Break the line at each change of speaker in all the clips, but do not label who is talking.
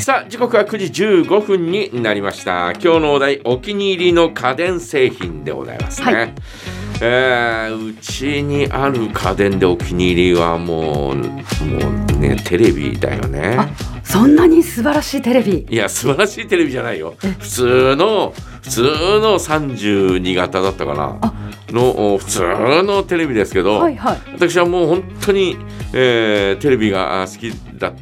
さあ時刻は9時15分になりました今日のお題お気に入りの家電製品でございますね、
はい
えーうちにある家電でお気に入りはもうもうねテレビだよね
あそんなに素晴らしいテレビ
いや素晴らしいテレビじゃないよ普通の普通の32型だったかなのお普通のテレビですけど、
はいはい
私はもう本当に、えーテレビがあ好きだっ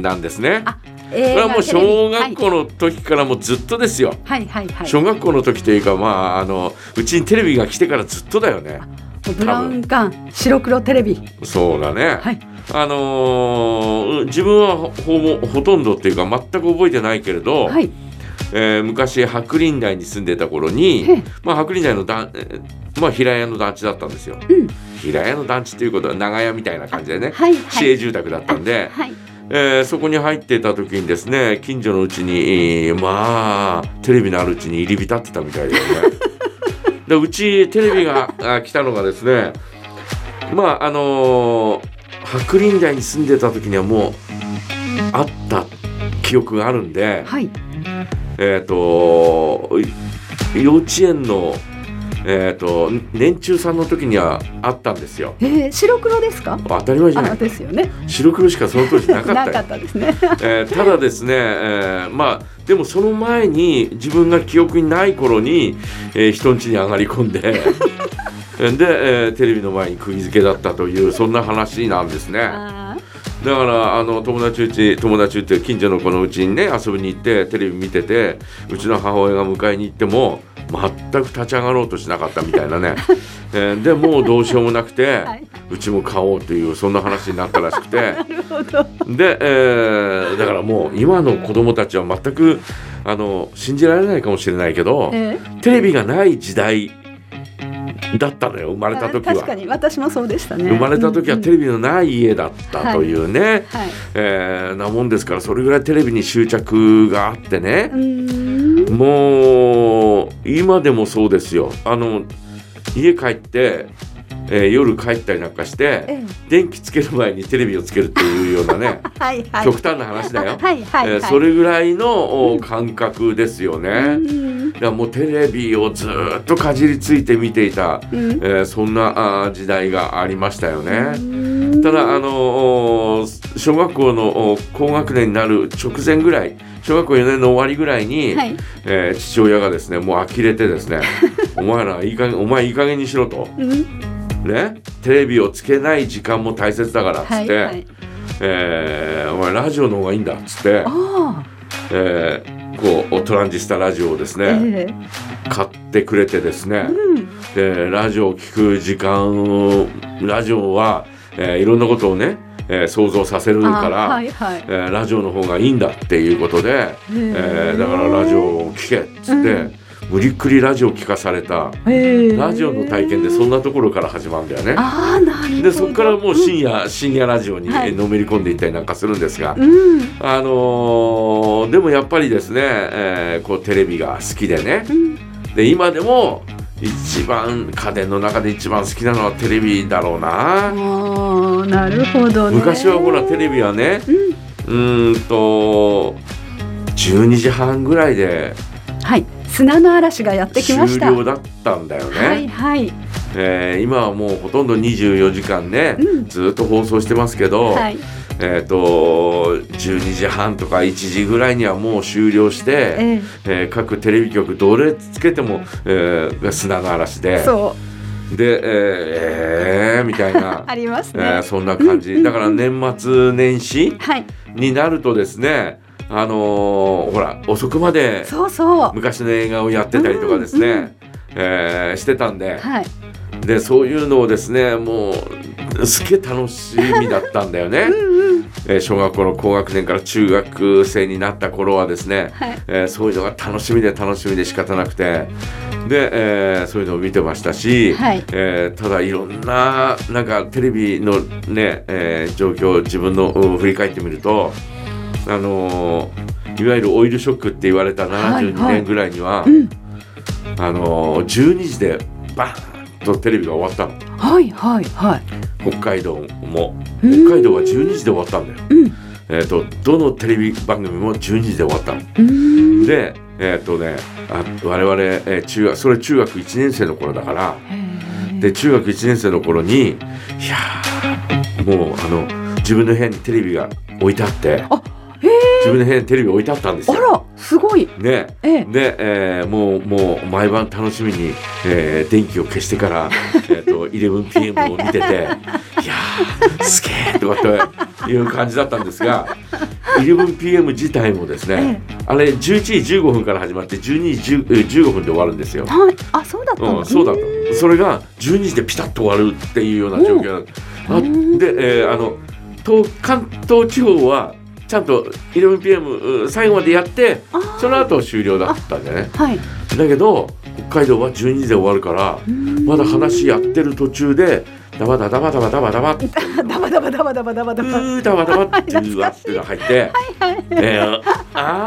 たんですね。
あ
こ
映
れはもう
テレビ
小学校の時からもうずっとですよ。
はいはいはい
小学校の時というかまああのうちにテレビが来てからずっとだよね。
はいブラウン管白黒テレビ
そうだね。
はい
あのー自分はほほほとんどっていうか全く覚えてないけれど、
はい
えー昔白林台に住んでた頃
へえ
に、まあ、白林台のだん、えーまあ、平屋の団地だったんですよ、
うん
平屋の団地ということは長屋みたいな感じでね、
はい
市
はい
営住宅だったんで、
はい
えーそこに入ってた時にですね近所のうちにえーまあテレビのあるうちに入り浸ってたみたいだよ ねでうちテレビがあ来たのがですねまああのー白林台に住んでた時にはもうあった記憶があるんで、
はい
えっ、とい幼稚園のえっ、と年中さんの時にはあったんですよ。
えー白黒ですか
当たり前じゃな
あ
い。
ですよね
白黒しかその当時なかった
な
よ
かったですね
えーただですね、えーまあでもその前に自分が記憶にない頃に、えー人ん家に上がり込ん でで、えーテレビの前に釘付けだったというそんな話なんですね。
あ
だからあの友達うち友達うち近所の子のうちにね遊びに行ってテレビ見ててうちの母親が迎えに行っても全く立ち上がろうとしなかったみたいな ね、えーでもうどうしようもなくて、
はい、
うちも買おうというそんな話になったらしくて
なるほど
で、えーだからもう今の子供たちは全くあの信じられないかもしれないけど
え
テレビがない時代だったのよ生まれた時
確か
は。
に私もそうでしたね
生まれた時はテ
レ
レビのない家だったというね、
ビはい
えーなもんですからそれぐらいテレビに執着があってね
う、ーん
もう今でもそうですよあの家帰って、えー夜帰ったりなんかして
え
電気つける前にテレビをつけるっていうような ね
えはいはい
極端な話だよ
あ、はいはいはい
えーそれぐらいのお感覚ですよね。
うん
だからもうテレビをずっとかじりついて見ていた、
うん
えーそんなあー時代がありましたよね。
うん
ただあのお小学校のお高学年になる直前ぐらい小学校4年の終わりぐらいに、
はい
えー父親がですねもう呆れてです ねお前らいい加減お前いい加減にしろと
うん
ねテレビをつけない時間も大切だからっつって、
はいはい
えーお前ラジオの方がいいんだっつって
あ、あ
えーこうトランジスタラジオをですね、
ええ
買ってくれてですね、
うん
でラジオを聞く時間をラジオは、えーいろんなことをね、えー想像させるから、
あはいはい
えーラジオの方がいいんだっていうことで、えーだからラジオを聴けっつって、
うん
無理っくりラジオ聴かされたラ
ラ
ジオの体験でそんなところから始まるんだよね。
ああなるほど
でそこからもう深夜、深夜ラジオに、
はい
えーのめり込んでいったりなんかするんですが、
うん
あのーでもやっぱりですね、えーこうテレビが好きでね、
うん
で今でも一番家電の中で一番好きなのはテレビだろうな、
ああなるほどね
昔はほらテレビはね
う
う
ん
ーんと12時半ぐらいで
はい砂の嵐がやってきまし
終
た
了だったんだよね、
はいはい
えー今はもうほとんど24時間ね、
うん
ずっと放送してますけど、
はい
えっ、と12時半とか1時ぐらいにはもう終了して、
え
えー各テレビ局どれつけても、えー砂の嵐
え
で
そう
で、えーえーみたいな
あります
えー
ね
そんな感じ、だから年末年始
はい
になるとですねあのーほら遅くまで
そうそう
昔の映画をやってたりとかですね、
うんうん
えーしてたんで
はい
でそういうのをですねもうすげえ楽しみだったんだよね、えー小学校の高学年から中学生になった頃はですね、
はい
えーそういうのが楽しみで楽しみで仕方なくてで、えーそういうのを見てましたし、
はい
えーただいろんななんかテレビのね、えー状況を自分のうん振り返ってみるとあのーいわゆるオイルショックって言われた
はい
72
はい
年ぐらいには、
うん
あのー12時でバーンとテレビが終わったの
はいはいはい
北海道も
うん
北海道は12時で終わったんだよ。
うん
えー、とどのテレビ番組も12時で終わったの。
うーん
で、えーっとね、あ我々、えー中学それ中学1年生の頃だから
へー
で中学1年生の頃にいやーもうあの自分の部屋にテレビが置いてあって
あへ
自分の部屋にテレビ置いてあったんです
あ
よ。
らすごい
ね
ええ
で、えーもうもう毎晩楽しみに、えー電気を消してから えーと 11pm を見てて「いやーすげえ!」とかっていう感じだったんですが 11pm 自体もですねあれ11時15分から始まって12時10えー15分で終わるんですよ。
はいあそうだったん
う
だ
ん、そうだったそれが12時でピタッと終わるっていうような状況な
うんん
でで、えーあの東関東地方はちゃんと 11pm うん最後までやって
あー
その後終了だったんだよね
はい
だけど北海道は12時で終わるからまだ話やってる途中でダバダダバダバダバダバって
ダバダバダバダバダバ
う
ダバ
ーダバダバっていうワップが入 って「えー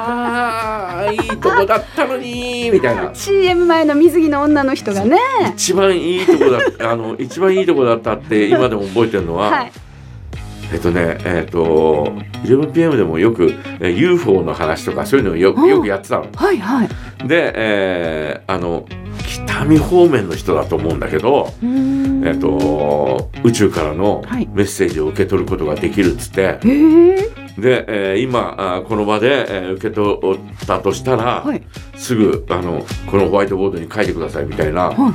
あーいいとこだったのに」みたいな
CM 前の水着の女の人がね
一番いいとこだ あの一番いいとこだったって今でも覚えてるのは、
はい
えっとねえっと 11pm でもよくえ UFO の話とかそういうのをよ
う
く
ん
よくやってたの。
はいはい
で、えーあの北見方面の人だと思うんだけど、
うーん
えっと宇宙からの
はい
メッセージを受け取ることができるっつって、
へえ
で、えー今あーこの場で、えー受け取ったとしたら、
はい
すぐあのこのホワイトボードに書いてくださいみたいな、
はいは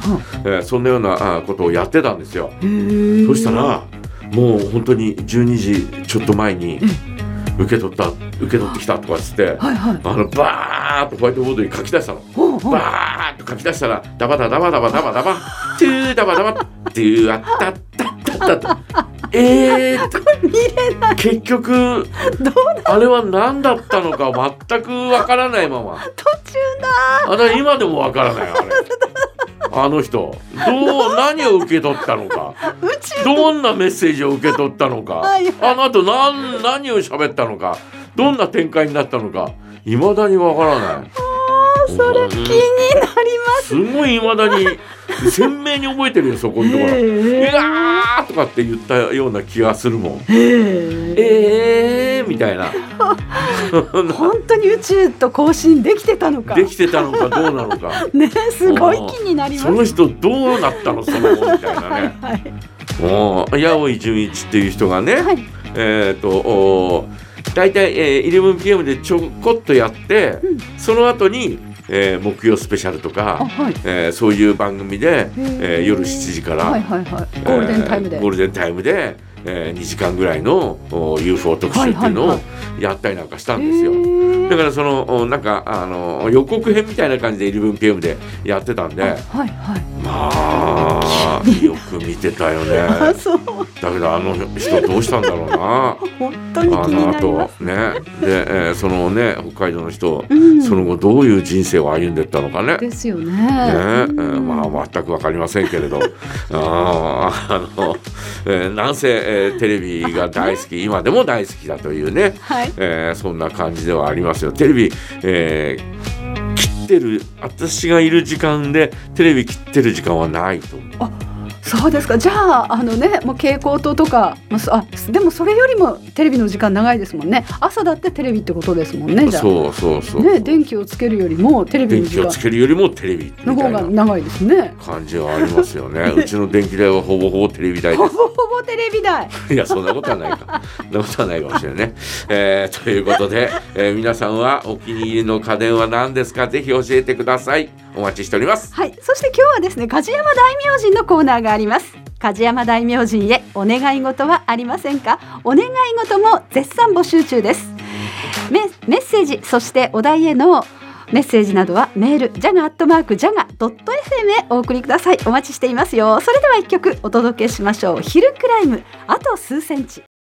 えーそんなようなあーことをやってたんですよ。
いへえ
そしたらもう本当に12時ちょっと前に受け取った受け取ってきたとかっつって
はいはい
あのバーッとホワイトボードに書き出したの
ほうほう
バーッと書き出したらダバダダバダバダバダバトゥーダバダバっていうあったったったったえー、
見れない
結局
どう
あれは何だったのか全くわからないまま
途中だ
あれ今でもわからないあれあの人どう何を受け取ったのか
宇宙
どんなメッセージを受け取ったのか、
はい
あの後何何を喋ったのか、どんな展開になったのか、いまだにわからない。
それ気になります
すごいいまだに鮮明に覚えてるよそこのところ。う
へ
わーとかって言ったような気がするもん。
え
えーみたいな。
本当に宇宙と交信できてたのか
できてたのかどうなの か。
ねすごい気になります
その人どうなったのその後みたいな
はい
ね。
はい
おー八尾純一っていう人がね。
はい
えー、とおー大体、えー、11pm でちょこっとやって、
うん
その後に、えー木曜スペシャルと
あ
か、
はい
えーそういう番組で、
へ
え
ー
ー夜7時から、
はいはいはいゴールデンタイムで
えーゴールデンタイムで、え2時間ぐらいのお UFO 特集っていう
は
の
い
を
は
やったりなんかしたんですよ。
へー
だからそのおなんかあの予告編みたいな感じで 11pm でやってたんで
はいはい
ま あよく見てたよ
あ
ね
そう
だけどあの人どうしたんだろうな。
本当に気
あ
に
の
なりま
後
す
ねで、えーそのね北海道の人、
うん
その後どういう人生を歩んでったのかね。ね
ですよね
えー
うん
まあ全く分かりませんけ れどあーあの、えーなんせ、えーテレビが大好き今でも大好きだというね、
はい
えーそんな感じではありますよ。テレビ、えー切ってる私がいる時間でテレビ切ってる時間はないと思う
そうですかじゃああのねもう蛍光灯とかまあそあでもそれよりもテレビの時間長いですもんね朝だってテレビってことですもんねじゃあ
そうそうそう、
ね電気をつけるよりもテレ
電
ビの時
気を
間
つけるよりもテレビみた
の
い
方
な
が長いです ね
感じはありますよね。うちの電気代はほぼほぼテレビ代
ほ
で
ぼほぼテレビ台
す。いや、そんなことはないか。そんなことはないかもしれないね。えーということで、えー皆さんはお気に入りの家電は何ですかぜひ教えてください。お待ちしております。
はいそして今日はですね梶山大明神のコーナーがあります梶山大明神へお願い事はありませんかお願い事も絶賛募集中ですメメッセージそしてお題へのメッセージなどはメールジャガアットマークジャガドット FM へお送りくださいお待ちしていますよそれでは一曲お届けしましょうヒルクライムあと数センチ